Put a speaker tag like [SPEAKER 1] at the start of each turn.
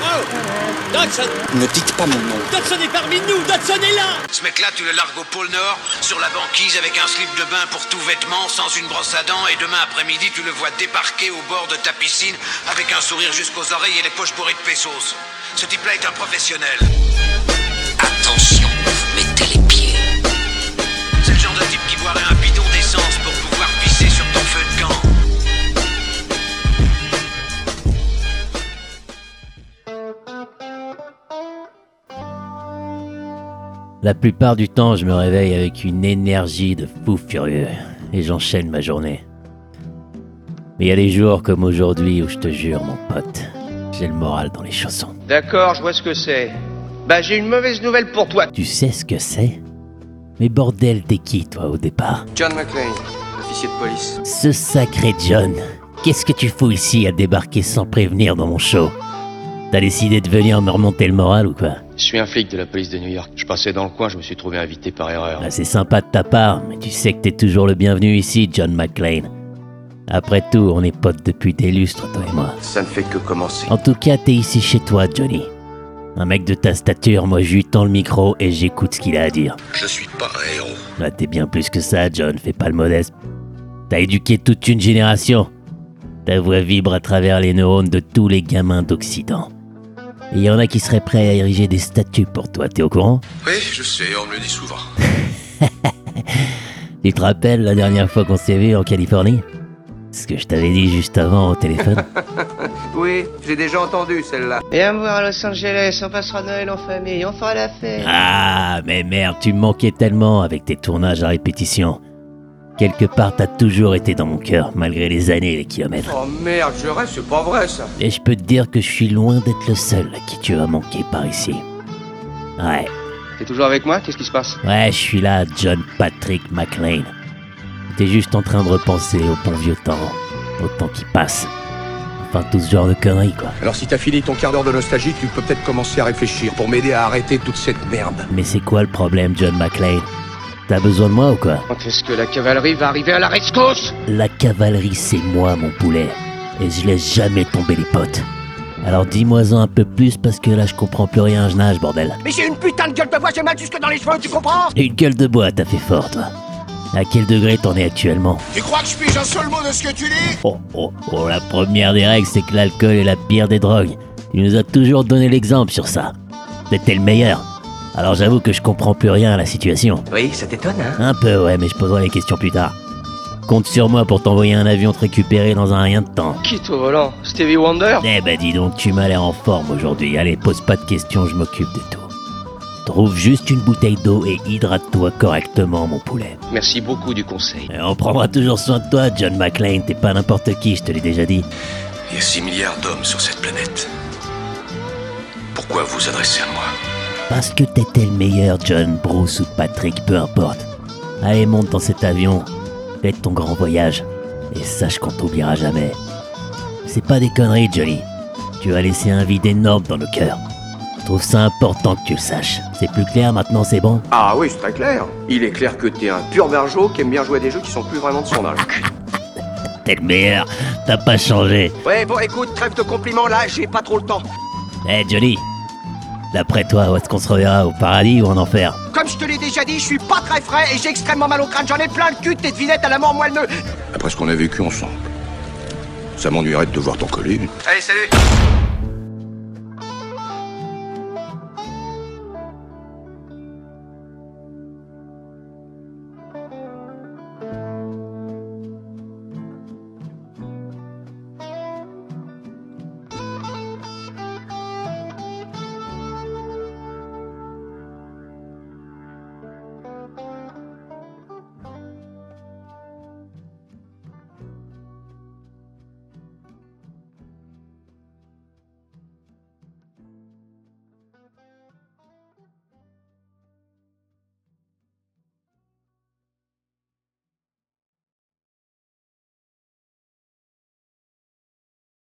[SPEAKER 1] Oh, Dodson
[SPEAKER 2] Ne dites pas mon nom.
[SPEAKER 1] Dodson est parmi nous Dodson est là
[SPEAKER 3] Ce mec-là, tu le largues au pôle Nord, sur la banquise, avec un slip de bain pour tout vêtement, sans une brosse à dents, et demain après-midi, tu le vois débarquer au bord de ta piscine, avec un sourire jusqu'aux oreilles et les poches bourrées de pesos. Ce type-là est un professionnel.
[SPEAKER 4] Attention, mettez les pieds.
[SPEAKER 3] C'est le genre de type qui boirait un bidon d'essence pour pouvoir pisser sur ton feu de camp.
[SPEAKER 5] La plupart du temps, je me réveille avec une énergie de fou furieux et j'enchaîne ma journée. Mais il y a des jours comme aujourd'hui où je te jure, mon pote, j'ai le moral dans les chaussons.
[SPEAKER 6] D'accord, je vois ce que c'est. Bah, j'ai une mauvaise nouvelle pour toi.
[SPEAKER 5] Tu sais ce que c'est Mais bordel, t'es qui toi au départ
[SPEAKER 7] John McLean, officier de police.
[SPEAKER 5] Ce sacré John, qu'est-ce que tu fous ici à débarquer sans prévenir dans mon show T'as décidé de venir me remonter le moral ou quoi
[SPEAKER 7] Je suis un flic de la police de New York. Je passais dans le coin, je me suis trouvé invité par erreur.
[SPEAKER 5] Ah, C'est sympa de ta part, mais tu sais que t'es toujours le bienvenu ici, John McLean. Après tout, on est potes depuis des lustres, toi et moi.
[SPEAKER 7] Ça ne fait que commencer.
[SPEAKER 5] En tout cas, t'es ici chez toi, Johnny. Un mec de ta stature, moi je lui tends le micro et j'écoute ce qu'il a à dire.
[SPEAKER 3] Je suis pas un héros.
[SPEAKER 5] Là, t'es bien plus que ça, John, fais pas le modeste. T'as éduqué toute une génération. Ta voix vibre à travers les neurones de tous les gamins d'Occident. Et il y en a qui seraient prêts à ériger des statues pour toi, t'es au courant
[SPEAKER 3] Oui, je sais, on me le dit souvent.
[SPEAKER 5] Tu te rappelles la dernière fois qu'on s'est vu en Californie Ce que je t'avais dit juste avant au téléphone
[SPEAKER 7] Oui, j'ai déjà entendu celle-là.
[SPEAKER 6] Viens me voir à Los Angeles, on passera Noël en famille, on fera la fête.
[SPEAKER 5] Ah, mais merde, tu me manquais tellement avec tes tournages à répétition. Quelque part, t'as toujours été dans mon cœur, malgré les années et les kilomètres.
[SPEAKER 7] Oh merde, je rêve, c'est pas vrai ça.
[SPEAKER 5] Et je peux te dire que je suis loin d'être le seul à qui tu as manqué par ici. Ouais,
[SPEAKER 7] T'es toujours avec moi Qu'est-ce qui se passe
[SPEAKER 5] ouais, je suis là, John Patrick McLean. T'es juste en train de repenser au bon vieux temps, au temps qui passe. Enfin, tout ce genre de conneries, quoi.
[SPEAKER 3] Alors si t'as fini ton quart d'heure de nostalgie, tu peux peut-être commencer à réfléchir pour m'aider à arrêter toute cette merde.
[SPEAKER 5] Mais c'est quoi le problème, John McLean T'as besoin de moi ou quoi
[SPEAKER 7] Quand est-ce que la cavalerie va arriver à la rescousse
[SPEAKER 5] La cavalerie, c'est moi, mon poulet. Et je laisse jamais tomber les potes. Alors dis-moi-en un peu plus parce que là, je comprends plus rien, je nage, bordel.
[SPEAKER 6] Mais j'ai une putain de gueule de bois, j'ai mal jusque dans les cheveux, tu comprends
[SPEAKER 5] Une gueule de bois, t'as fait fort, toi. À quel degré t'en es actuellement
[SPEAKER 3] Tu crois que je pige un seul mot de ce que tu dis
[SPEAKER 5] Oh, oh, oh, la première des règles, c'est que l'alcool est la pire des drogues. Tu nous as toujours donné l'exemple sur ça. T'étais le meilleur. Alors j'avoue que je comprends plus rien à la situation.
[SPEAKER 6] Oui, ça t'étonne, hein
[SPEAKER 5] Un peu, ouais, mais je poserai les questions plus tard. Compte sur moi pour t'envoyer un avion te récupérer dans un rien de temps.
[SPEAKER 7] Qui au volant Stevie Wonder
[SPEAKER 5] Eh ben dis donc, tu m'as l'air en forme aujourd'hui. Allez, pose pas de questions, je m'occupe de tout. Trouve juste une bouteille d'eau et hydrate-toi correctement, mon poulet.
[SPEAKER 7] Merci beaucoup du conseil.
[SPEAKER 5] Et on prendra toujours soin de toi, John McLean. T'es pas n'importe qui, je te l'ai déjà dit.
[SPEAKER 3] Il y a 6 milliards d'hommes sur cette planète. Pourquoi vous adressez à moi
[SPEAKER 5] Parce que t'étais le meilleur, John, Bruce ou Patrick, peu importe. Allez, monte dans cet avion. Fais ton grand voyage. Et sache qu'on t'oubliera jamais. C'est pas des conneries, Johnny. Tu as laissé un vide énorme dans nos cœurs. Je trouve ça important que tu le saches. C'est plus clair maintenant, c'est bon
[SPEAKER 7] Ah oui, c'est très clair. Il est clair que t'es un pur bergeot qui aime bien jouer à des jeux qui sont plus vraiment de son âge.
[SPEAKER 5] T'es le meilleur. T'as pas changé.
[SPEAKER 6] Ouais, bon, écoute, trêve de compliments, là, j'ai pas trop le temps.
[SPEAKER 5] Eh Johnny, d'après toi, où est-ce qu'on se reverra Au paradis ou en enfer
[SPEAKER 6] Comme je te l'ai déjà dit, je suis pas très frais et j'ai extrêmement mal au crâne, j'en ai plein le cul de tes devinettes à la mort moelleux.
[SPEAKER 3] Après ce qu'on a vécu ensemble, ça m'ennuierait de te voir t'en coller.
[SPEAKER 7] Allez, salut